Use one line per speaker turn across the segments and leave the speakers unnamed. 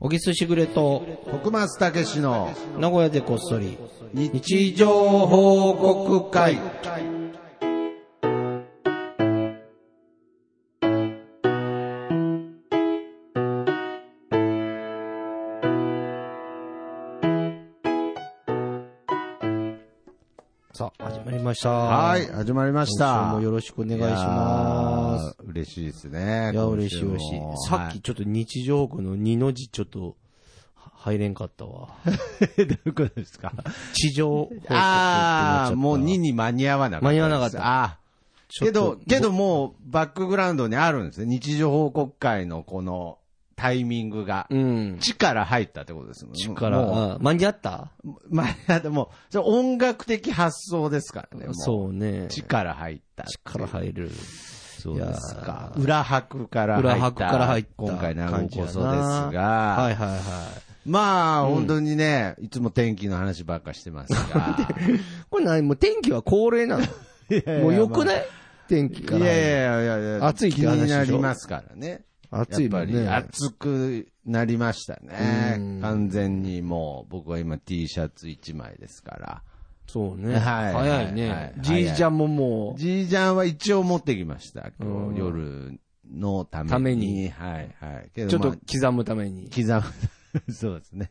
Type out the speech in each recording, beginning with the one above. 小木寿しぐれと、
徳松たけしの
名古屋でこっそり、
日常報告会。
さあ、始まりました。
はい、始まりました。
今週もよろしくお願いします。
いやー。嬉しいですね。
いや、嬉しい嬉しい
今週も。
さっきちょっと日常報告の二の字ちょっと、は入れんかったわ。
はい、どういうことですか
地上報告ってなっちゃっ
あ
た
あ、もう2に間に合わなかった。
間に合わなかった
ああ。
ちょっ
け
と
ど、けどもう、バックグラウンドにあるんですね。日常報告会のこのタイミングが。
うん。
力入ったってことですもんね。
力、
も
うん間に合った
う、前だってもう、それ音楽的発想ですからね。もう
そうね。
力入った。
力入る。そ
そ
う
ですか。裏拍から入った。
裏拍から入った
今回長
感
尾
じや
こ
な
そですが。
はいはいはい。
まあ、本当にね、いつも天気の話ばっかし てますが。
これ何もう天気は恒例なのもう良くない天気
い
か
や
ら。
いやいやいや、
暑いって
気
話でしょ
になりますからね。
暑いもんね。
やっぱり暑くなりましたね。完全にもう、僕は今 T シャツ1枚ですから。
そうね。
はい
早い
はいはい
ね。じいちゃんももう、
じいちゃんは一応持ってきました。今
うん
日夜のために。
ために
はいはい。けど
ちょっ
ま
と
あ
刻むために。
刻む。 そうですね。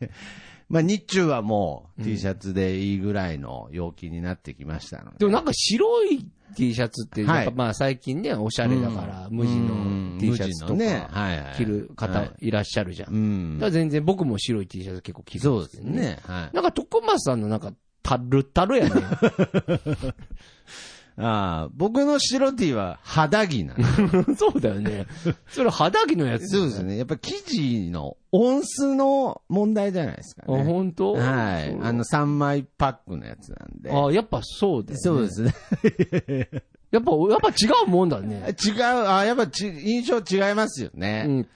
まあ日中はもう T シャツでいいぐらいの陽気になってきましたので。
でもなんか白い T シャツって、
はい
やっぱまあ最近ね、おしゃれだから、無地の T シャツと
無地のね
か
はいはい
着る
はい
方いらっしゃるじゃん。
う
だ
ん
か。ら全然僕も白い T シャツ結構着る
そ
ん
う
です
で
け
す
どね。
ね。はい。
なんか徳松さんのなんか、タルタルや ね。
ああ、僕の白 T は肌着なんで
そうだよね。それ肌着のやつだ
そ
よ
う
ね。
ですね。やっぱ生地の音数の問題じゃないですか
あ、
ね。
本当
はい。
そう
あの3枚パックのやつなんで。
あ、やっぱそうだよね。
そうですね。
やっぱ、やっぱ違うもんだね。
違う、あ、やっぱち、印象違いますよね。
う
い
ん。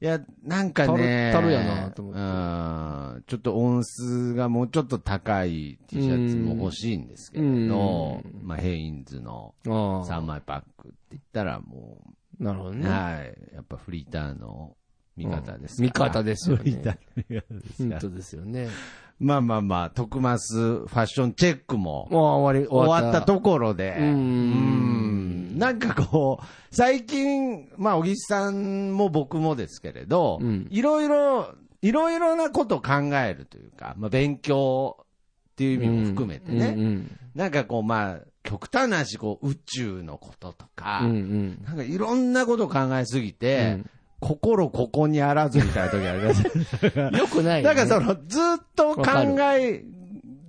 や、なんかね。
たるたるやなと思って
うん。ちょっと音数がもうちょっと高い T シャツも欲しいんですけれど、まあ、ヘインズの
あ
3
あ。
枚パックって言ったらも
なるほど
う、
ね。
はい。やっぱフリーターの味方ですから
味方ですよね。
から
本当ですよね。
まあまあまあ、徳マスファッションチェックも
もう終わり、
終わった。ところで、
うーん
うんなんかこう、最近、まあ、小木さんも僕もですけれど
うん、
いろいろ、いろいろなことを考えるというか、まあ、勉強っていう意味も含めてね、
うんうん
なんかこう、まあ、極端な話、こう、宇宙のこととか、
うんうん。
なんかいろんなことを考えすぎて、
うん
心ここにあらずみたいな時あります。
よくないよね。
だからその、ずっと考え、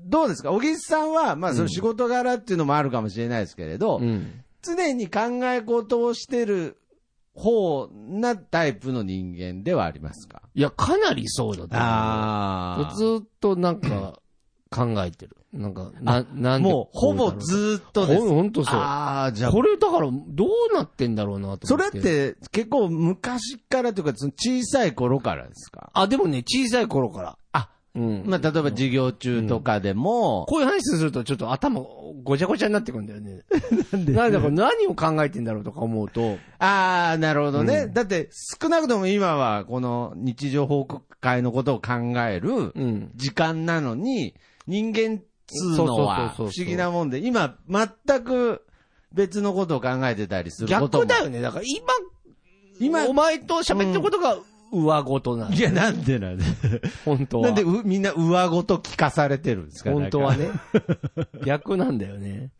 どうですか小木さんは、まあその仕事柄っていうのもあるかもしれないですけれど、
うん。
常に考え事をしてる方なタイプの人間ではありますか
いや、かなりそうだと思う
あず
ずっとなんか、考えてる。なんか、な、なんで
もう、ほぼずっとです。
ほんとそう。
ああ、じゃあ
こ、れだから、どうなってんだろうなと
そ
思
れ
っ。
ってて結構昔からというか、その小さい頃からですか
あ、でもね、小さい頃から。
あ、
うん。
まあ例えば授業中とかでも、
こういう話するとちょっと頭ごちゃごちゃになってくるんだよ ね。なんだこれ何を考えてんだろうとか思うと、
ああ、なるほどね。だって、少なくとも今は、この日常報告会のことを考える
うん。
時間なのに、人間っつう
そうそ
のは不
うそうそう
思議なもんで、今、全く別のことを考えてたりすることも。
逆だよね。だから今、
今
お前と喋ったことが上ごとなの
いや、なんでなんで。
本当は。
なんでう、みんな上ごと聞かされてるんですか
本当は
ね。
ね。逆なんだよね。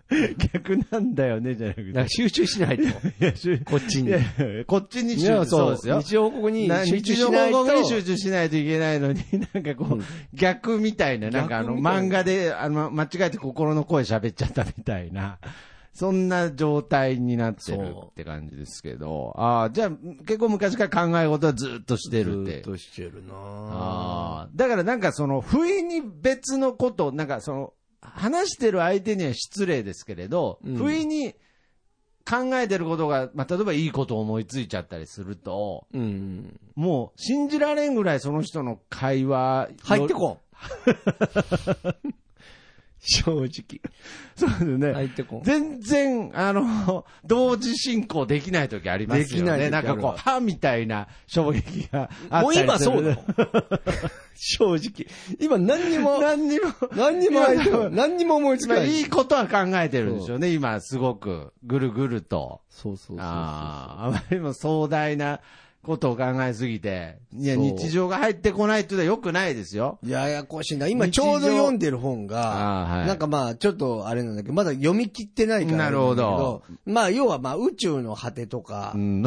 逆なんだよね、じゃなく
だから集中し ないと。こっちに。
て。こっちに集
いや
中そうですよ。
日常ここに
な
集中しないと
日常報。告に集中しないといけないのに、 なんかこう、
うん
逆みたいな、なんかあの、
逆みたいな
漫画で、あの、間違えて心の声喋っちゃったみたいな、そんな状態になってる
そう
って感じですけど、ああ、じゃあ、結構昔から考え事はずっとしてるっ
ず
て
っ。としてるなぁ
ああ、だからなんかその、不意に別のこと、なんかその、話してる相手には失礼ですけれど、
うん
不意に考えてることが、まあ、例えばいいことを思いついちゃったりすると、
うん。
もう信じられんぐらいその人の会話よ
入ってこ 正直。
そうですね。
入ってこん。
全然、あの、 同時進行できない時ありますよ
で
ね。
きない時ある
なんかこう、歯みたいな衝撃があ
も
っ
う
たり
今
する。
そうだもん。 正直。今何にも、
何にも、
何にも入ってこ
今
ん何にも思いつ
ま
か
あ
ない。
いいことは考えてるんでしょうね、今、すごく。ぐるぐると。
そうそうそうそう。
ああ、あまりにも壮大なことを考えすぎて、いや、
そう
日常が入ってこないっていうのは良くないですよ。
ややこしいな。今
日
ち
常
ょうど読んでる本が、
あーはい
なんかまあちょっとあれなんだけど、まだ読み切ってないから
なるほど
あれなんだけど。まあ要はまあ宇宙の果てとか
う、ん。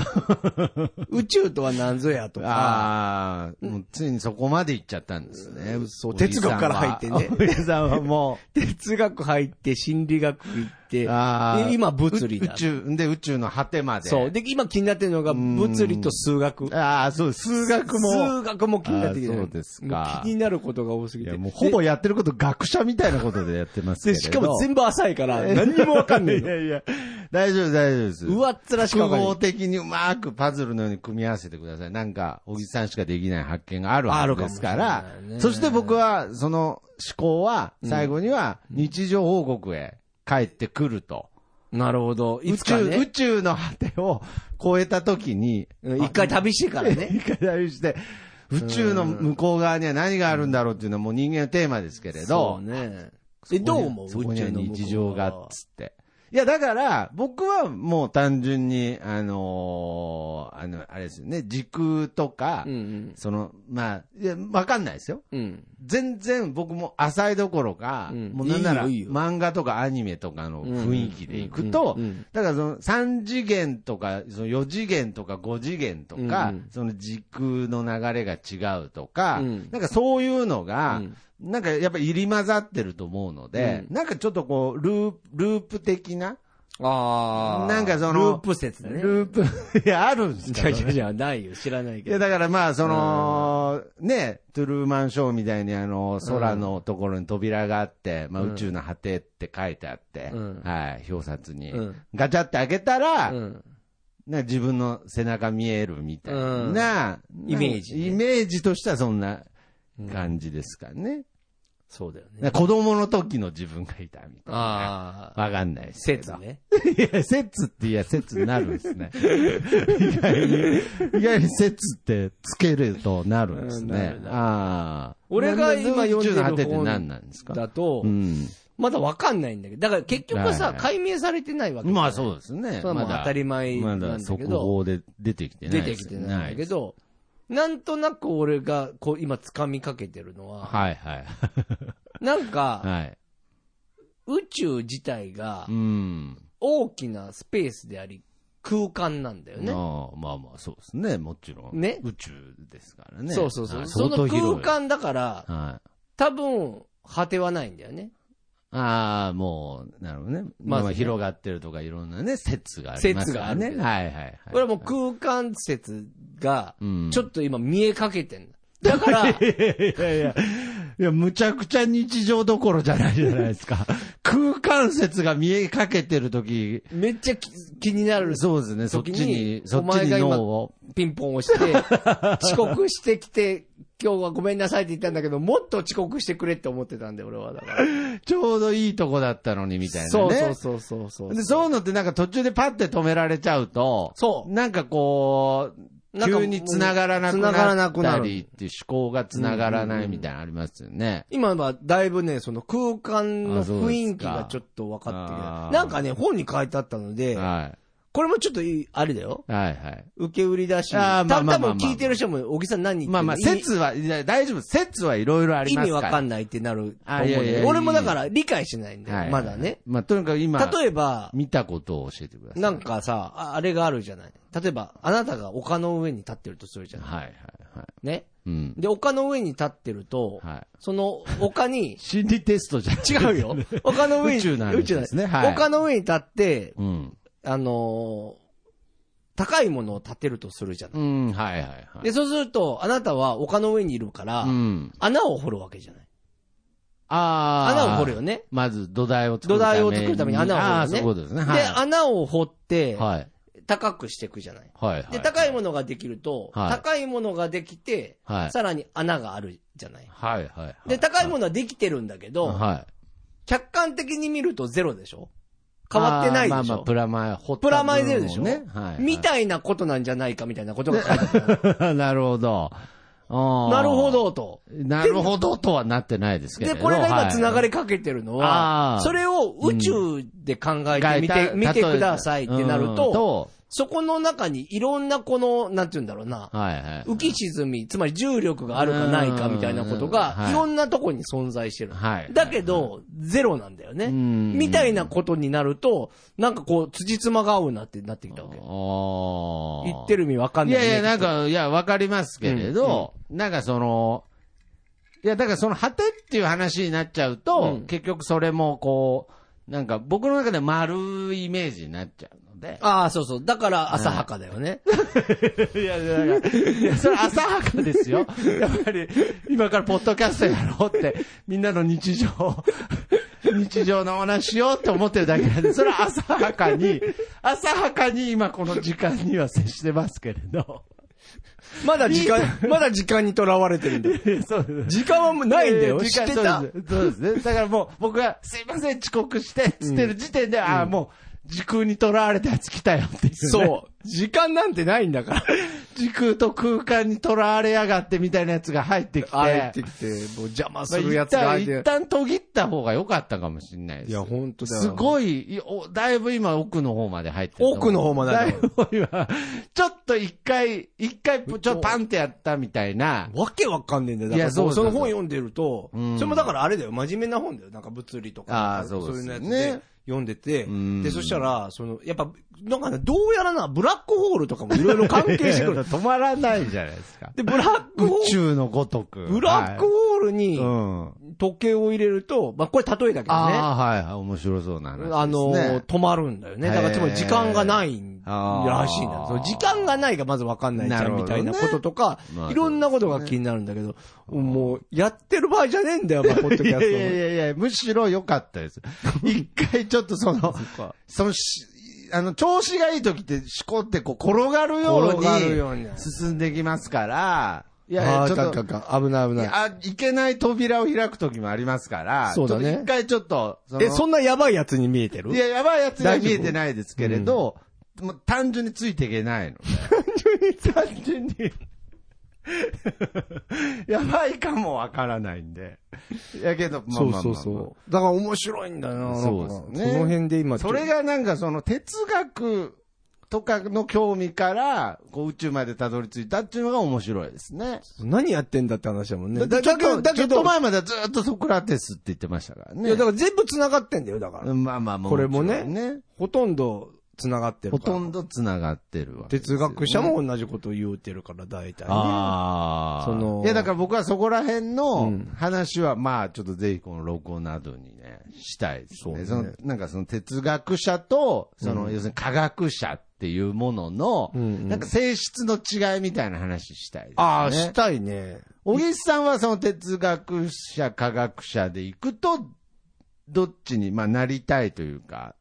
宇宙とは何ぞやとか、
ああ、もうついにそこまで行っちゃったんですね。
そう哲学から入ってね
おじさんはも
哲学入って心理学行って、
う、あ
で
ー
今物理だ
宇。宙、で、宇宙の果てまで。
そう。。で、今気になってるのが物理と数学。
ああ、そうです、数学も。
数学も気になってきてる
あーそうですか
もう気になることが多すぎ
い
て。
や、もうほぼやってること学者みたいなことでやってますけ
で、
れ
し
ど。
かも全部浅いから、何にもわかんない
い
の。
やいや、大丈夫大丈夫です。
上っ面しか
複
わかんない
合。的にうまくパズルのように組み合わせてください。なんか、小木さんしかできない発見がある
あ
わ
る
け
かも
で
し
す
れ
か
ない
ら
ね、
そして僕は、その思考は、最後には日常報告へ帰ってくると。
なるほど。い
宇
つか
宙、宇
ね。
宙の果てを超えた時に、
うん一回旅してからね。
一回旅して、宇宙の向こう側には何があるんだろうっていうのはもう人間のテーマですけれど、
そうね。え、どう思う
そこ
宇
には
宙の向こう
日常が
側
っつって。いや、だから、僕はもう単純に、あのーあの、あれですよね、時空とか、
うん
その、まあ、いや、わかんないですよ。
うん。うん。
全然僕も浅いどころか、
うん
もうなんなら
いいよいいよ
漫画とかアニメとかの雰囲気でいくと
うんうんうんうん、
だからその3次元とか、その4次元とか5次元とか
うんうん、
その時空の流れが違うとか
うん、
なんかそういうのが
うん、
なんかやっぱ入り混ざってると思うので、なんかちょっとこう、ループ、ループ的な、
あ
なんかその
ループ説ね。
ループ、いや、あるんです
い
け
や
ど
いやいや、ないよ。知らない
い
け
や、
ど。
だからまあ、その、ね、トゥルーマンショーみたいに、あの、空のところに扉があって、まあ、宇宙の果てって書いてあって、
うん
はい、表札に、
うん
ガチャって開けたら、
うん。
なんか自分の背中見えるみたいな、
うん
なんか
イメージね
イメージとしてはそんな感じですかね。
そうだよね。
なんか子供の時の自分がいたみたいな。
ああ。
わかんないですけど
説ね。
いや、説っていや、説になるんですね。意外に、意外に説ってつけるとなるんです
うんなるな。
ね
る
ああ。
俺が今読んでる
宇宙の果てって何なんですか
だと
う、ん。
まだわかんないんだけど。だから結局
は
さ
い、
解明されてないわけ。
まあそうですね。
それはもう当たり前な
ま
んだ
だ
けど
速報で出てきてな
出
いで
てき
す
てないんだけど、なんとなく俺が、こう、今掴みかけてるのは、
はいはい。
なんか、
はい。
宇宙自体が
うん。
大きなスペースであり、空間なんだよね。
ああまあまあ、そうですね。もちろん。
ね
宇宙ですからね。
そうそうそう。
はい
その空。
相
間だから
当、はい。
多分、果てはないんだよね。
ああ、もう、なるほどね。
ま
まあ、
ずね
広がってるとかいろんなね、説がありますからね。
説
はい
が
はいはい。
これはもう空間説が、
うん
ちょっと今見えかけてんだ。だ から、
いやいやいや、いや、むちゃくちゃ日常どころじゃないじゃないです か。空間説が見えかけてるとき、
めっちゃき気になる。
そうですね、そっちに
時に、
そっちに脳を。
ピンポン押 して、遅刻してきて、今日はごめんなさいって言ったんだけど、もっと遅刻してくれって思ってたんで、俺は。だから。
ちょうどいいとこだったのにみたいなね。
そうそうそうそうそう。
でそういうのってなんか途中でパッて止められちゃうと、
そう
なんかこう、
なんか
急に繋がらなく
繋がら
な
な
っ
くな
た
る
りっていう思考が繋がらないみたいなのありますよね。
今はだいぶね、その空間の
あそうです
雰囲気
か
がちょっと分かってき
あ
た。
ー
なんかね、本に書いてあったので、
は
これもちょっといい、あれだよ。
い。はいはい。
受け売りだし、
あ
た
ーまあ
多
まあまあまあ
分聞いてる人も、小木さん何言ってんの
まあまあ、説はいや、大丈夫。説はいろいろあり
意
ます
味
から。
わかんないってなると思う
あい
んだ
やいやい
け
や
ど。俺もだから理解してないんだ
は
よ、
い
まだね。
まあ、とにかく今、
例えば、
見たことを教えてください。
なんかさ、ああれがあるじゃない。例えば、あなたが丘の上に立ってるとするじゃない。
はいはいはい。
ね。
うん。
で、丘の上に立ってると、
はい。、
その丘に
心理テストじゃ
違うよ。丘の上に、
宇宙の話
宇宙なん
ですねはい
丘の上に立って、
うん。
あのー高いものを立てるとするじゃない。
うん、はいはいはい。
で、そうすると、あなたは丘の上にいるから、
うん。
穴を掘るわけじゃない。
ああ。
穴を掘るよね。
まず土台を作
土
るため
台
に。
を作るために穴を掘るよね
ああ、そういうことですね。はい。
で、穴を掘って、
はい。
高くしていくじゃない。
はいはい。
で、高いものができると、
はい
高いものができて、
はい
さらに穴があるじゃない。
はいはいはい。
で、高いものはできてるんだけど、
は
客観的に見るとゼロでしょ変わってないでしょ
あーまあまあ、プラマイ、ほった
プラマイゼロでしょ
部分をね、はい、はい。
みたいなことなんじゃないかみたいなことが書いてある。
なるほど。な
なるほ。どと。
なるほどとはなってないですけど。
で、これが
は
今
い
繋がりかけてるの
あー
は、それを宇宙で考えてみて、見てくださいってなる
うん
と、そこの中にいろんなこの、なんて言うんだろうな、
はいはい。
浮き沈み、つまり重力があるかないかみたいなこと
うん
が
は、い
いろんなとこに存在してる。
はい
だけど、ゼロなんだよね。
うん
みたいなことになると、なんかこう、辻褄が合うなってなってきたわけ。
お
言ってる意味わかん
い
ない、ね。
やいや、なんか、いや、わかりますけれど、なんかその、いや、だからその果てっていう話になっちゃうと、
うん
結局それもこう、なんか僕の中で丸いイメージになっちゃうので。
ああ、そうそう。だから、浅はかだよね。
いや、だから、いや、それ浅はかです よ。やっぱり、今からポッドキャストやろうって、みんなの日常を、 日常のお話しようって思ってるだけなんで、それは浅はかに、浅はかに今この時間には接してますけれ ど。
まだ時 間、まだ時間にとらわれてるんだよ。
そうです。
時間はもうないんだよ。
えー
知って
時間
た
そ。うですそうですね。だからもう、僕が、すいません、遅刻して、つってる時点で、ああ、もう、時空にとらわれたやつ来たよっていう、ね。
そう。時間なんてないんだ から。
時空と空間にとらわれやがってみたいなやつが入ってきて。
あえてきて、もう邪魔するやつが
まあ
相
一
手
旦、一旦途切った方が良かったかもしれないです。
いや、本当だよ。
すごい、いおだいぶ今奥の方まで入ってる
奥の方まで
だ
入
い
って
ぶ今、ちょっと一回、一回、ちょっとパンってやったみたいな。
わけわかんねえんだよ。だから
いやそう
そ
そう
の本読んでると、
うん
それもだからあれだよ、真面目な本だよ。なんか物理とか
あー、そうです
い
よ
う
ね
のやつで読んでて、
うん
で、そしたら、その、やっぱ、なんかね、どうやらな、ブラックホールとかもいろいろ関係してく
い
る
や。止まらないじゃないですか。
で、ブラックホ
宇
ー
宙のごとく。
ル、ブラックホールに
うん。
時計を入れると、まあ、これ例えだけどね、
ああ、はいはい、面白そうな話です、ね。
あの、止まるんだよね。だからつまり時間がないらしいんだ
へー
よ。その時間がないがまずわかんないじ
な
ゃ
る
ん
ほ
み
ど
た
ね
いなこととか
ま、あ
いろんなことが気になるんだけど、もう、やってる場合じゃねえんだよ、まあポッドキャ
いやいやい
ス
やいや、むしろ良かった です。一回ちょっとその、
トも。
そのし、あの、調子がいい時って、思考ってこう、転がるよ
転がる
う
ように
に、進んできますから、い
い
や、
や、
ち
ち
ょ
ょ
っ
っ
と、
と、危ない危
い
ない。
やあいけない扉を開く時もありますから、
そうだね
ちょっと一回ちょっと、その
え、そんなやばいやつに見えてる
いや、やばいやつには見えてないですけれど、もう単純についていけ ないので。単純に、単純に。やばいかもわからないんで。やけど、まあ
そう
まあまあまあ
そうそう。だから面白いんだよな、
そうですね
なんかこの辺で今、
それがなんかその哲学とかの興味から、こう宇宙までたどり着いたっていうのが面白いですね。
何やってんだって話だもんね。
だ
だ
ちょ
だ
っ
けど、
と
だ
ちょ
け
っと
ど、
前まではずっとソクラテスって言ってましたから
い
ね。
や、だから全部繋がってんだよ、だから。
まあまあまあ、
これもね
ちろんね。
ほとんど繋がってる
ほ
から。
とんど繋がってるわけです
哲
よね。
学者も同じことを言うてるから、大体ね。
ああ。
その
いや、だから僕はそこら辺
う
の
ん
話は、まあ、ちょっとぜひこの録音などにね、したいですね。そ
そうね
の、なんかその哲学者と、その、要するに科学者っていうものの、
うんうん
なんか性質の違いみたいな話したいです、ね。
ああ、したいね。
小木さんはその哲学者、科学者で行くと、どっちに、まあ、なりたいというか。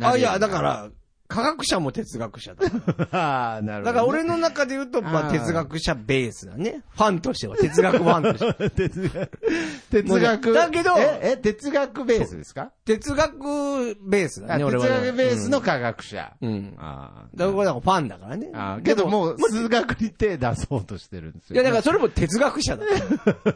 あ、いや、だか、ら、科学者も哲学者だ。だか
ああ、なるほど、ね。
ら俺の中で言うと、ま
あ
あ
ー
哲学者ベースだね。ファンとしては、哲学ファンとしては。
哲学。
だけど
え、え哲学ベースですか
哲学ベースだ
あ
ね、
哲
俺は。
学ベースの科学者。
うん。うん。
あ
だから俺はファンだからね。
あ。けどもう、数学に手出そうとしてるんです
い
よ。
や、だからそれも哲学者だ。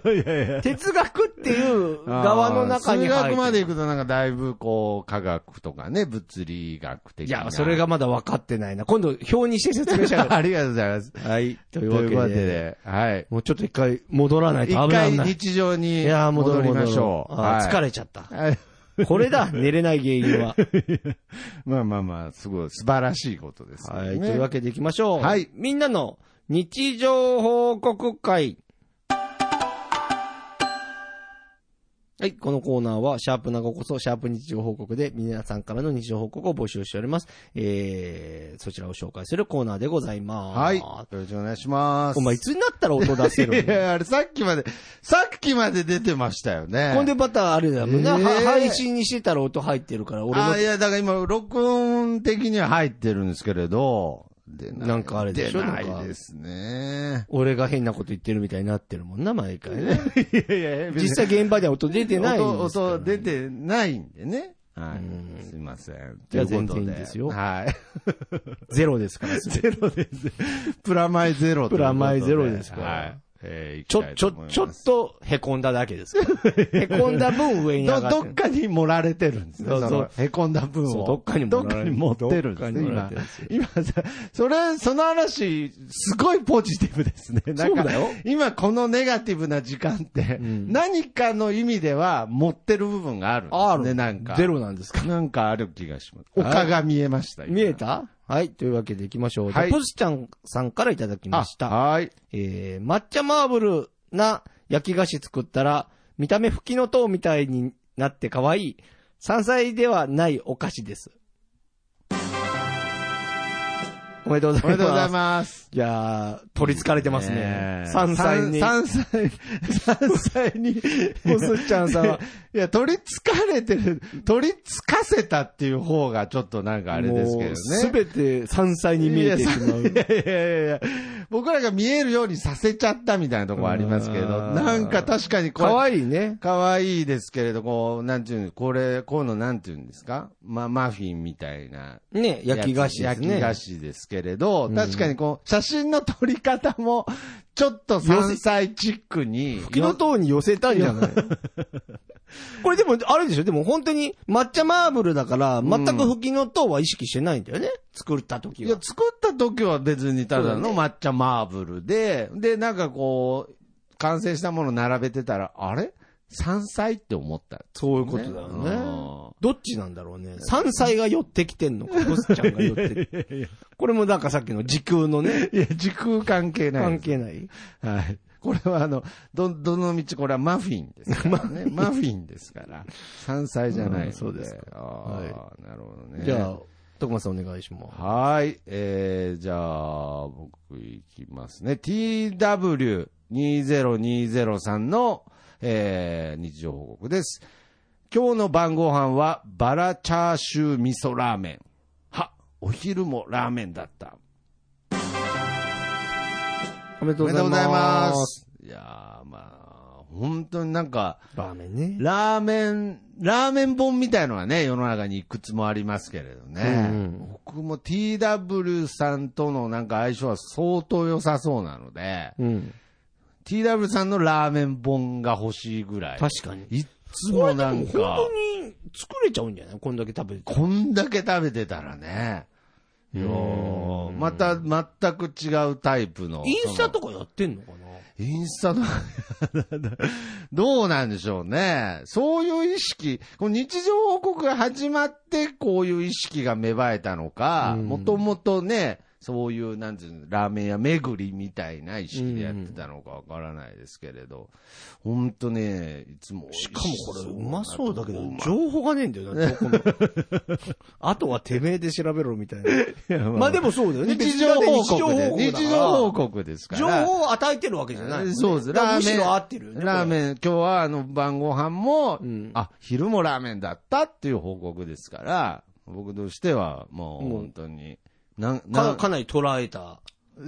ら、 いやいや。
哲学っていう側の中に入
あー
ってる
数学まで行くとなんかだいぶこう、科学とかね、物理学的
い
な。
や、それが。まだ分かってないな。今度、表にして説明しちゃうか
ありがとうございます。
ら。はい。と
と
い
いうう
わ
わ
け
け
で。
で、はい。
もうちょっと一回戻らないと
一
危ない
回
危ない。
日常に
いやー、戻
戻
り
り
ま
ま
し
し
ょ
ょ
う。
う。
あー疲
れ。
れちゃった。
はい
これだ、寝れない原因は。
まあまあまあ、すごい素晴らしいことですね。
はい、というわけでいきましょう。
はい
みんなの日常報告会。はい。このコーナーは、シャープなごこそ、シャープ日常報告で、皆さんからの日常報告を募集しております。えー、そちらを紹介するコーナーでございます。
はい。よろしくお願いします。
お前、いつになったら音出せる
い
の
や、あれさっきまで、さっきまで出てましたよね。
ほんで、また、あれだよ、ね
えー
は配信にしてたら音入ってるから、俺の
あいや、だから今、録音的には入ってるんですけれど、出ない。
なんかあれでしょ
出な
なんか
いですね。
俺が変なこと言ってるみたいになってるもんな、毎回 ね。
いやいやいや、別に
実際現場では音出てないん
音、
ですから
音出てないんでね。は
うん
い。すいません。
いや
とうこと
全然いいですよ
はい。
ゼロですから、全て
ゼロです。 プラマイゼロということ
プラマイゼロですから
はい。えー
ちょ、ちょ、ちょっ、と凹んだだけです から。凹んだ分上
行き
に上
たいと思います
がっ
ど、ど
て
っかに盛られてるんですね。
そうそう
そのへこんだ分
そう
を。
どっかに
どっ
盛ら
か
れ
に持ってるんです
どっか
ね、今
に盛られてるんですよ。
今さ、それ、その話、すごいポジティブですね。なん
そう
か
だよ。
今このネガティブな時間って、
うん
何かの意味では持ってる部分があるんですね。なんか。
ゼロなんですか。
なんかある気がします。丘が見えました。今
見えたはい。というわけで行きましょう。
はい
じゃあポスちゃんさんからいただきました。
はい。
えー、抹茶マーブルな焼き菓子作ったら、見た目吹きの塔みたいになって可愛い。山菜ではないお菓子です。おめでとうご
お
ざ
め
い
でとうござい
ます。
ます。
いやー、取り憑かれてますね。山菜に。
山菜、山菜 に。
ポスちゃんさんは、
いや、取り憑かれてる、取り憑かせたっていう方がちょっとなんか あれですけどね。
すべて山菜に見えてし まう
い。やいやいやいや僕らが見えるようにさせちゃったみたいなところありますけど、
うん
なんか確かにこれ
か、わいいね。
かわいいですけれど、こう、なんていうの、これ、こういうのなんていうんですかま、マフィンみたいな。
ね、焼き菓子ですね。
焼き菓子ですけれど、
うん
確かにこう、写真の撮り方も、ちょっと山菜チックに。
吹きの塔に寄せたんじゃ ないこれでも、あれでしょでも本当に抹茶マーブルだから、全く吹きの塔は意識してないんだよね。作った時
いや
は、。
作った時は別にただの抹茶マーブルで、で、なんかこう、完成したもの並べてたら、あれ山菜って思った。
そういう
こ
ことと
だ
だ
よ
よ
ね
ね。どっちなんだろうね。山菜が寄ってきてんのか、ボスちゃんが寄ってきて。これもなんかさっきの時空のね、
いや、時空関係ない
関
です。
係ない。
はい。これはあの、ど、どの道これはマフィンですから ね。マフィンですから。山菜じゃないので、
うんそうですか
あ
は
あ、なるほどね。
じゃあ、徳間さんお願いします。
はい。えー、じゃあ、僕いきますね。TW20203 の、えー、日常報告です。今日の晩ご飯は、バラチャーシュー味噌ラーメン。は、お昼もラーメンだった。
おめで
お
と
めでとうございま。す。いやー、まあ、本当になんか、
ラーメンね。
ラーメン、ラーメン本みたいのはね、世の中にいくつもありますけれどね。
うん
僕も TW さんとのなんか相性は相当良さそうなので、
うん。
TW さんのラーメン本が欲しいぐらい。
確かに。
いっつ
こ
も
れで
な
も
ん
本
か
当、に作れちゃうんじゃないこんだけ食べて。
こんだけ食べてたらね。いやーまた全く違うタイプの。
インスタ
その
とかやってんのかな
インスタの どうなんでしょうね。そういう意識、この日常報告が始まって、こういう意識が芽生えたのか、
うん
もともとね、そういう、なんていうの、ラーメン屋巡りみたいな意識でやってたのかわからないですけれど、ほんとね、いつも。
しかもこれうまそうだけど、情報がねえんだよな、どこの あとはてめえで調べろみたいな。まあで
も、
もそうだよね。
日常報告で、
日
日
常
常
報
報
告
告ですか
だ
ら。
から。情報を与えてるわけじゃないもんね。
そうです
だから
ラー
む
メン
しろ合ってるよね。
ラー
ン。
メン、今日はあの晩ご飯も、
うん
あ、昼もラーメンだったっていう報告ですから、僕としてはもう本当に、なん、な
か
ん、
かなり捉えた。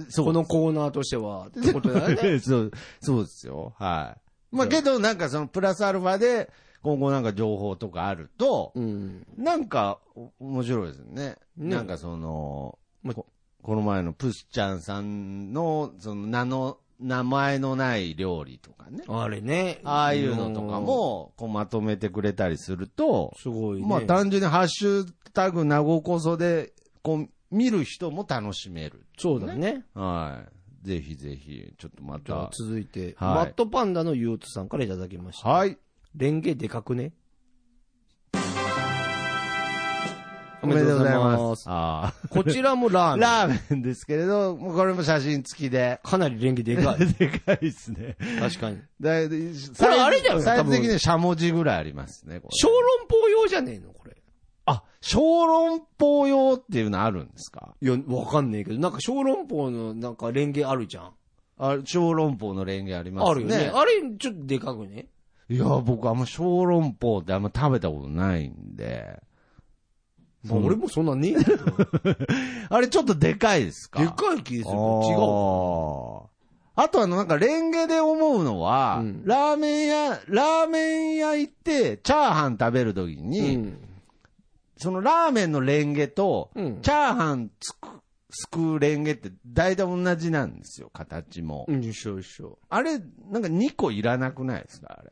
そう
このコーナーとしては、ってことだよね。
そう、そうですよ。はい。まあけどなんかそのプラスアルファで、今後なんか情報とかあると、
うん。
なんかお面白いですね。
ね
なんかその、
ま
ここの前のプスちゃんさんの、その名の、名前のない料理とかね。
あれね。
ああいうのとかも、こうまとめてくれたりすると
うん、、すごいね。
まあ単純にハッシュタグ名護こそで、こう、見る人も楽しめる。
そうだね。
はい。ぜひぜひ、ちょっとま
じゃあ
た。
続いて、
はい
マットパンダのゆうとさんからいただきました。
はい。
レンゲでかくね
おめでとうございます。。あ
こちらもラー
あ。
メン。
ラーメンですけれど、もうこれも写真付きで。
かなりレンゲでかい。
でかいですね。
確かに。
だいたい
これあれだよね
サイ
多
ズ
分
的にはしゃもじぐらいありますね、これ
小籠包用じゃねえのこれ。
あ、小籠包用っていうのあるんですか
いや、わかんねえけど、なんか小籠包のなんかレンゲあるじゃん。
あ小籠包のレンゲありますね。
あるよね。あれ、ちょっとでかくね。
いや、僕あんま小籠包ってあんま食べたことないんで。まあ、俺もそんなねえ けど。
あれちょっとでかいですか
でかい気でする。違う。
う。
あとあの、なんか、レンゲで思うのは、
うん
ラーメン屋、ラーメン屋行って、チャーハン食べるときに、
うん。
そのラーメンのレンゲと、
うん
チャーハンつく、すくうレンゲって大体同じなんですよ、形も。
うん、一緒一緒。
あれ、なんか2個いらなくないですか、あれ。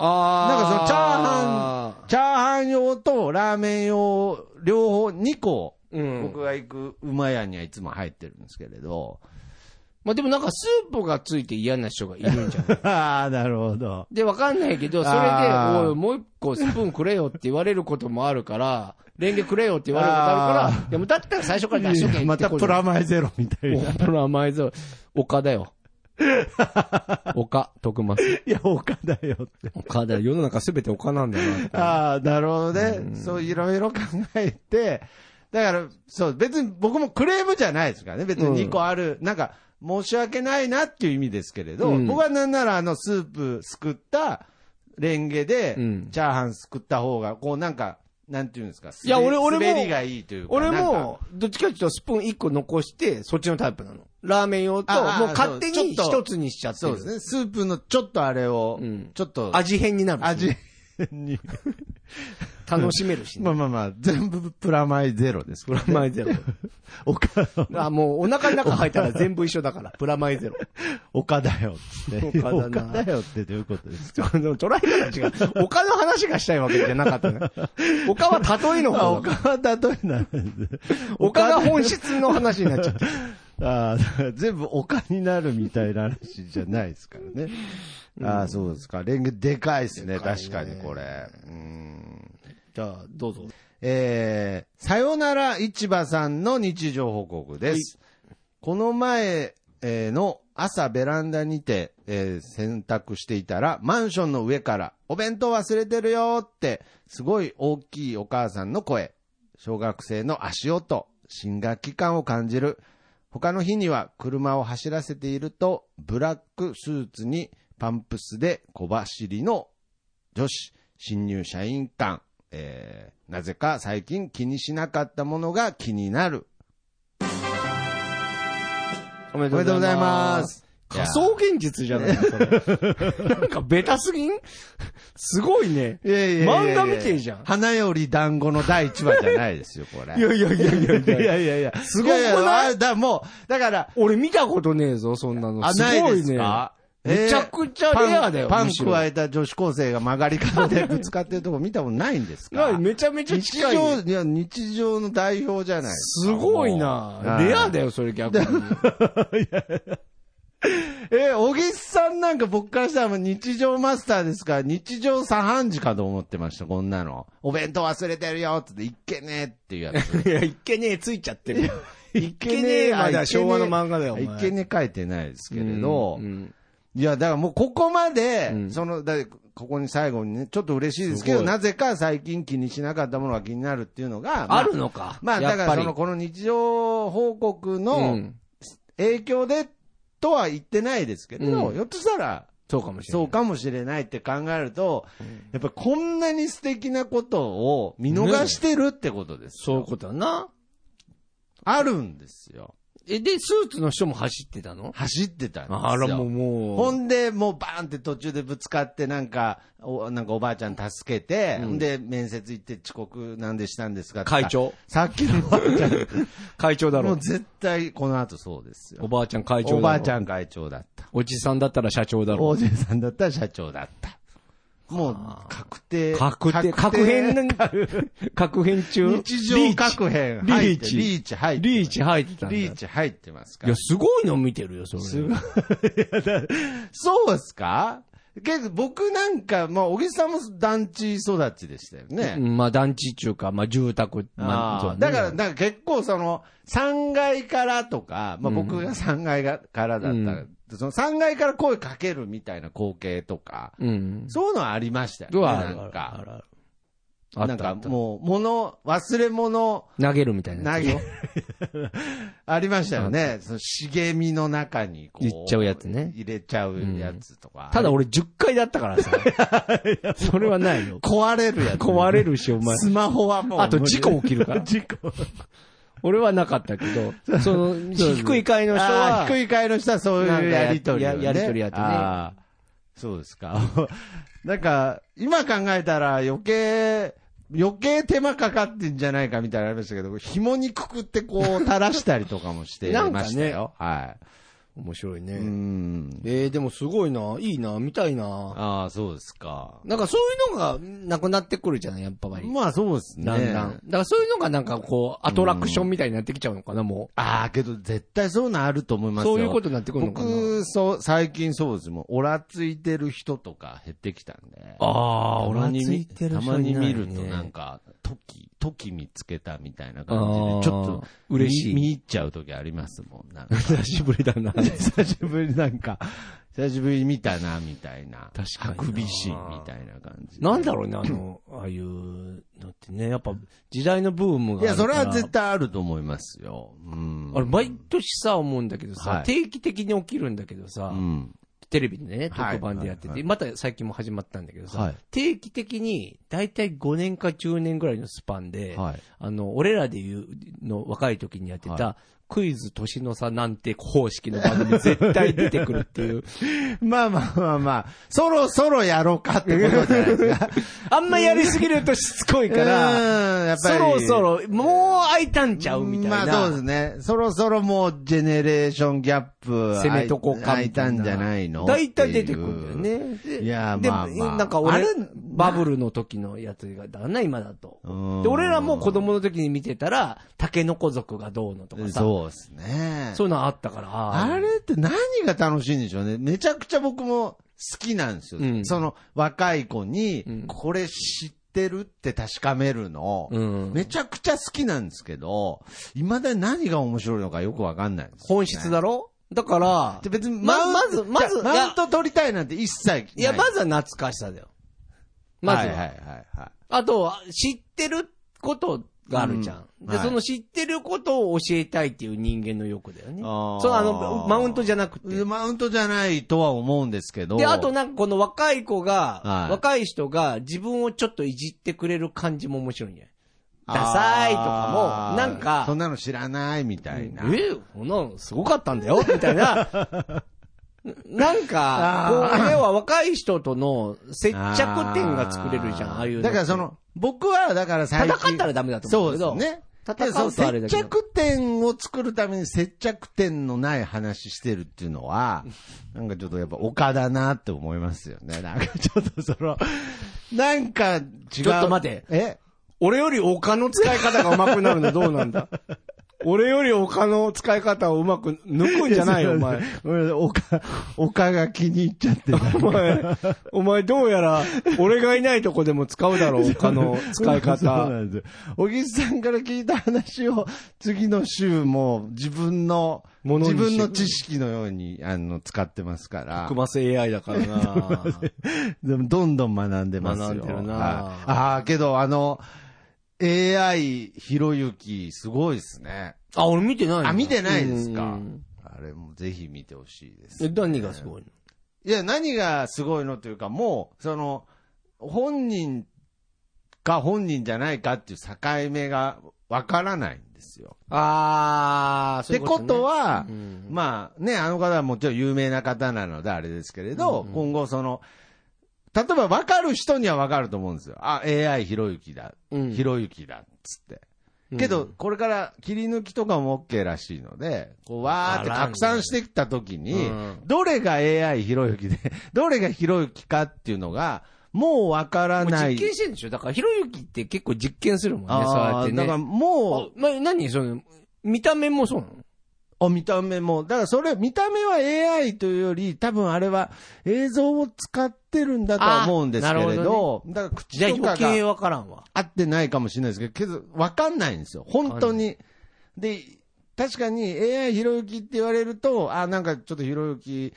あ
ー
なんかそのチャーハ
チャーハン用とラーメン用、両方2個、
ン、うん
僕が行くうまやにはいつも入ってるんですけれど。
まあでもなんかスープがついて嫌な人がいるん じゃない
ああ、なるほど。
で、わかんないけど、それで、
あー
おい、もう一個スプーンくれよって言われることもある から、レンゲくれよって言われることあるから、いやもうだったら最初から出しとけって
またプラマイゼロみ たいな。
おプラマイゾ丘だよ。 丘、徳松。
いや、丘だよって。
丘だよ。世の中すべて丘なんだな。
ああ、なるほどね。そう、いろいろ考えて、だから、そう、別に僕もクレームじゃないですからね。別に2個ある、なんか、申し訳ないなっていう意味ですけれど、
うん
僕はなんならあの、スープすくったレンゲで、
うん
チャーハンすくった方が、こうなんか、なんていうんですか。
いや俺俺も
滑りがいいというか。
俺
なんか
も、どっちかっていうとスプーン1個残して、そっちのタイプなの。ラーメン用と、もう
ああ
勝手
そう
に
ちょっと
一つにしちゃって
そう
る
で。すね。スープのちょっとあれを、
うん
ちょっと、
味変になるし。
味に。
楽しめるしね。
まあまあまあ、全部プラマイゼロです。プラ
プラマイゼロ。
岡、
あ、もうお腹の中入ったら全部一緒だから。プラマイゼロ。
岡だよって。
岡だな
岡だよってどういうことです
でも捉え方違う。他の話がしたいわけじゃなかったね。他は例えの
かあ、
方
岡
が。
は例えなんです。
他が本質の話になっちゃった。
ああ、だから全部岡になるみたいな話じゃないですからね。ああ、そうですか。レンゲでかいですね。
でかいね
確かにこれ。うん
じゃあ、どうぞ。
えー、さよなら市場さんの日常報告です。この前、えーの朝ベランダにて、えー洗濯していたら、マンションの上から、お弁当忘れてるよって、すごい大きいお母さんの声。小学生の足音、新学期感を感じる。他の日には車を走らせていると、ブラックスーツにパンプスで小走りの女子、新入社員間、えー、なぜか最近気にしなかったものが気になる。
おめ
おめでとうございます。。
仮想現実じゃないそれなんかベタすぎんすごいね。
いやいやいやいや
漫画見てんじゃん
花より団子の第一話じゃないですよ、これ。
いやいやいやいやいや
いやいやいや。
すごくない
ややあだ、もう、だから、
俺見たことねえぞ、そんなの。
あ、
す
ない
ご
で
い
す
ね。
か
めちゃくちゃレアだよ。
パ
む
ンパン
しろ
加えた女子高生が曲がり角でぶつかってるとこ見たことないんです か
ないめちゃめちゃ
日
近い。
常、いや、日常の代表じゃないです
す
か
ごいな。レアだよ、それ逆に。
え、小木さんなんか僕からしたらもう日常マスターですから、日常茶飯事かと思ってました、こんなの。お弁当忘れてるよって言って、いっけねえっていうやつ。
いや、いっけねえついちゃってる。 いっけねえ
あ
まだ
いけねえ
昭和の漫画だよ、お前
いっけねえ書いてないですけれど、
うん
いや、だからもうここまで、
うん
その、だここに最後にね、ちょっと嬉しいですけ
す
ど、
ごい
なぜか最近気にしなかったものが気になるっていうのが、ま
あるのか。
まあ、だ
や
か
っ
ら
ぱ
そ
り
の、この日常報告
う
の
ん
影響で、とは言ってないですけど、
うん
ひょっとしたら、
そうかもしれ
そ
な
う
い。
かもしれないって考えると
うん、
やっぱこんなに素敵なことを見逃してるってことです
そうい
よ。
うことだな。
あるんですよ。
え、で、スーツの人も走ってたの
走ってたんですよ。
あら、もう、もう。
ほんで、もうバーンって途中でぶつかって、なんか、お、なんかおばあちゃん助けて、
うん
で、面接行って遅刻なんでしたんですかって
会。長。
さっきのおばあちゃ
会長だ
ん、も
ろ
う。絶対この後そうですよ。
おばあちゃん会長だろ。
おばあちゃん会長だった。
おじさんだったら社長だろ
おじいさんだったら社長だった。もう、確定。
う。確定、確変なんか、 確変中。
日
リー
常
チ
確変
リー
入って
チ
リーチ入って。
リーチ入ってたんだ。
リーチ入ってますか
い
ら
や、。すごいの見てるよ、それ。
そうですかけど僕なんか、まあ、小木さんも団地育ちでしたよね。
うんまあ、団地中か、まあ、住宅。ま
あ
あ、そう
ー
ね
だから、なんか結構その、3階からとか、まあ僕が3階がからだったら、その3階から声かけるみたいな光景とか、
うん。
そういうのはありましたよ
う
ね。
わあ
な
るある
ん
あ
か。
るあるあった
なん
あ
か
った
もう、物、忘れ物、
投げるみたいな
投
やつでし
げ
ょ。、
ありましたよね。その茂みの中にこう。
言っちゃうやつね
入れちゃうやつとか。
ただ俺10回だったからさ。そ れはない よ。
壊れるやつ。
壊れるし、お前。
スマホはもう。
あと事故起きる から。
事故。
俺はなかったけど、 その、低い階の人
あ
は
あ、低い階の人はそういうやりとりをね、
なんかやややりとりやってね
ああそうですか。 なんか、今考えたら余計、余計手間かかってんじゃないかみたいなのありましたけど、紐にくくってこう垂らしたりとかもして
なんか
ま
ね
したよ。は
面白い
い。う
ね。
ん。
えー、でもすごいな。いいな。見たいな。
ああ、そうですか。
なんかそういうのがなくなってくるじゃない、やっぱり。
まあそうですね。
だんだん。だからそういうのがなんかこう、アトラクションみたいになってきちゃうのかな、も。
ああ、けど絶対そういうのあると思いうますよ。
そういうことになってくるのかな。
僕、そう、最近そうですもん。オラついてる人とか減ってきたんで。
あ
たまに見たまに見ると
ね
なんか、時、時見つけたみたいな感じ
あー
で、ちょっと、
嬉しい
見見入っちゃう時ありますもん。なんか
久しぶりだな。
久しぶりなんか、久しぶりに見たな、みたいな。
確かにな
ハクビシンみたいな感 じ。
なんだろうね、あの、ああいうのってね、やっぱ時代のブームが
いや、
ある
そ
か
れ
ら。
は絶対あると思いますよ。うん。
あれ、毎年さ、思うんだけどさ、
はい
定期的に起きるんだけどさ、
うん。
テレビでね、
はい
特番でやってて、
はいはい
また最近も始まったんだけどさ、
はい
定期的に、だいたい5年か10年ぐらいのスパンで、
はい。
あの、俺らで言う、の若い時にやってた、クイズ年の差なんて方式の番組絶対出てくるって いう。
まあまあまあまあ、そろそろやろうかってことじゃないですか。
あんまやりすぎるとしつこいから、
うん、やっぱ
そ
り。
ろそろ、もう開いたんちゃうみたいな。
まあそうですね。そろそろもう、ジェネレーションギャップ、
攻めとこうか
開いたんじゃないの
大体出てくるんだよ。ね。で
いや
で
まあまあ
なんか俺
あれ、
バブルの時のやつが、だな、今だと。
うん
で、俺らも子供の時に見てたら、タケノコ族がどうのとかさ、
そうですね。
そういうのあったから。
あれって何が楽しいんでしょうね。めちゃくちゃ僕も好きなんですよ。
うん
その若い子に
うん、
これ知ってるって確かめるの、
うん
めちゃくちゃ好きなんですけど、未だに何が面白いのかよくわかんないんですよ
本質だろだから
で、別に
ま
マウン、
まずまず
じゃあ
いや
マウント取りたいなんて一切ない。
いや、まずは懐かしさだよ。まずは。
はいはいはいはい。
あと、知ってることがあるじゃん。
うん
で、
はい
その知ってることを教えたいっていう人間の欲だよね。
あー
そのあの、マウントじゃなくて。
マウントじゃないとは思うんですけど。
で、あとなんかこの若い子が、
はい
若い人が自分をちょっといじってくれる感じも面白いんじゃない
あー、
ダサいとかもなんか
そんなの知らないみたいな。
えこんなのすごかったん だよみたいな。なんか、こ
あ
う、要は若い人との接着点が作れるじゃん、ああいう。
だからそ、の、僕はだから最近。
戦ったらダメだと思
そうう
け
で
ど
すね。
戦う
でその
とあれだけ
接
ど
着点を作るために接着点のない話してるっていう のは、なんかちょっとやっぱ丘だなって思いますよね。なんかちょっとその、なんか違う。
ちょっと待て
え
俺より丘の使い方が上手くなるのどうなんだ俺より丘の使い方をうまく抜くんじゃないよ、お前。。
ご めんなさい丘、丘が気に入っちゃってなんか
お前、お前どうやら、俺がいないとこでも使うだろう、他の使い
そうな
方。
んですよ。小木さんから聞いた話を、次の週も自分の、
ものにし
自分の知識のように、あの、使ってますから。
マス AI だからな
でも、どんどん学んでますよ。
学んでるな
はいああ、けど、あの、AI、ひろゆき、すごいですね。
あ、俺見てないの
あ、見てないです
う
か
ん。
あれもぜひ見てほしいです、
え、何がすごいの
いや、何がすごいのというか、もう、その、本人か本人じゃないかっていう境目がわからないんですよ。
あー、
ってこと
は、
は、
うん
まあね、あの方はもちろん有名な方なのであれですけれど、
うんうん
今後その、例えば分かる人には分かると思うんですよ。あ、AI ひろゆきだ、
うん
ひろゆきだ、つって。
うん
けど、これから切り抜きとかも OK らしいので、こうわーって拡散してきたときに、
うん
どれが AI ひろゆきで、どれがひろゆきかっていうのが、もうわから
もう
ない。
実験してるんでしょだから、ひろゆきって結構実験するもんね、そうや
あ
っ
あ、
てね。
だからも
あまあ、何その、見た目もそうなの
う、あ見た目も、だからそれ、見た目は AI というより、多分あれは映像を使ってるんだとは思うんですけれ
あな
ど、
るほ
だから口
じゃあ
とか
余
が
計わからんわ。
合ってないかもしれないですけど、けど、わかんないんですよ。本当に。で、確かに AI ひろゆきって言われると、あ、なんかちょっとひろゆき、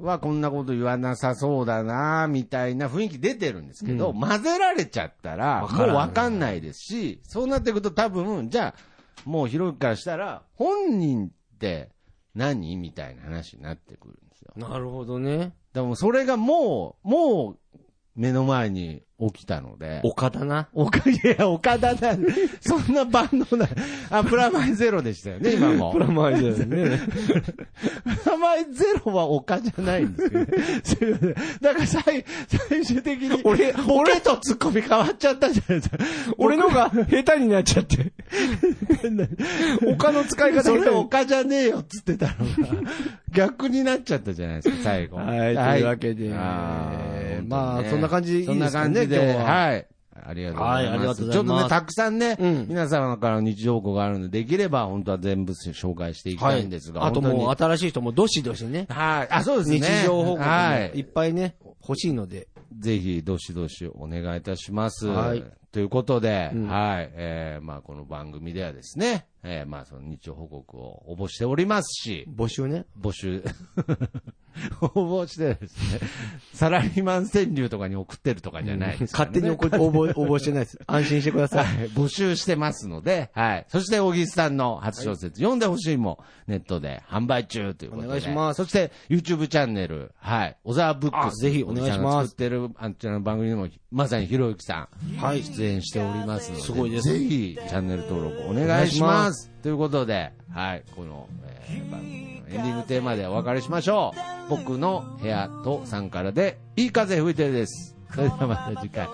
はこんなこと言わなさそうだな、みたいな雰囲気出てるんですけど、
う
混ぜられちゃったら、
わ
も
からん
うわかんないですし、そうなってくると多分、じゃあ、もう広くからしたら、本人って何みたいな話になってくるんですよ。
なるほどね。
でもそれがもう、もう、目の前に起きたので。
岡だな。
岡いや、岡田だ。そんな万能な、あ、プラマイゼロでしたよ ね、今も。
プラマイゼロです ね。
プラマイゼロは岡じゃないんですよね。す いませんだから最、最終的に、俺、俺とツッコミ変わっちゃったじゃないですか。
俺のが下手になっちゃ って。岡の使い方
それ
下
岡じゃねえよっつってたのが、 逆になっちゃったじゃないですか、最後。
手に。はい、というわけで。
あー
まあ、
本当にね
そんな感じでいい
そん
で
な
すか
感
ね、
じ
今日
で、
は。
はい。ありがとうご
は
ざいます。
いありがとうご
ち
ざ
ょ
い
っ
ます
とね、たくさんね、
うん
皆様からの日常報があるので、できれば本当は全部紹介していきたいんですが、
あと
本当に
もう新しい人もどしどしね。
はい。あ、そうですね。
日常報告も
はい
いっ。ぱいね、欲しいので。
ぜひ、どしどしお願いいたします。
はい
ということで、
うん
はい。えー、まあ、この番組ではですね、えー、まあ、その日常報告を応募しておりますし、
募集ね。
募集、 応募してですね、サラリーマン川柳とかに送ってるとかじゃないですから
勝
ね
手に応募、応募、応募してないです。安心してください。
はい募集してますので、はい。そして、小木さんの初小説、読んでほしいも、ネットで販売中ということで。
お願いします
そして、YouTube チャンネル、はい。小沢ブックス。
あぜひお願いします
小木さんが作ってる、あちらの番組にも、まさにひろゆきさん、はい。出演しておりますので、
すごいです
ぜひ、チャンネル登録お願いします。ということで、はい。この、えー番組のエンディングテーマでお別れしましょう。僕の部屋とさんからで、いい風吹いてるです。それではまた次回。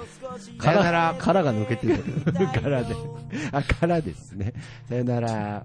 さよなら。
殻が抜けてる。
からで。あ、からですね。さよなら。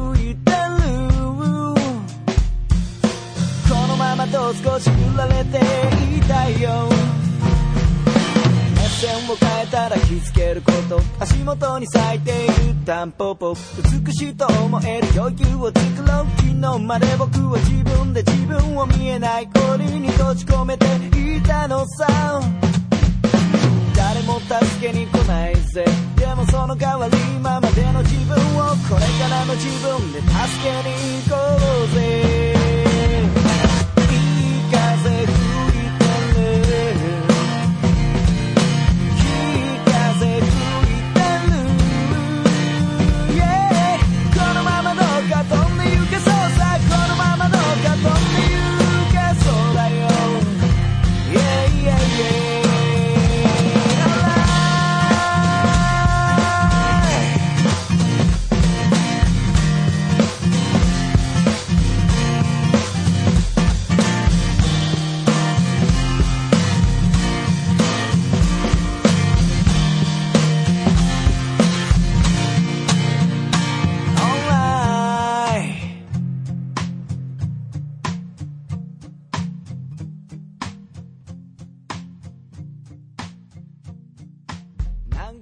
いてるこのままと少し揺られていたいよ目線を変えたら気づけること足元に咲いているタンポポ美しいと思える余裕を作ろう昨日まで僕は自分で自分を見えない氷に閉じ込めていたのさ誰も助けに来ないぜでもその代わり今までの自分をこれからの自分で助けに行こうぜいい風吹いてるいい風吹いてる Yeah このままどうか飛んで行けそうさこのままどうか飛んで行けそうだよ Yeah yeah yeah Alright オンライン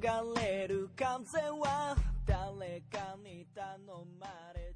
流れる風は誰かに頼まれ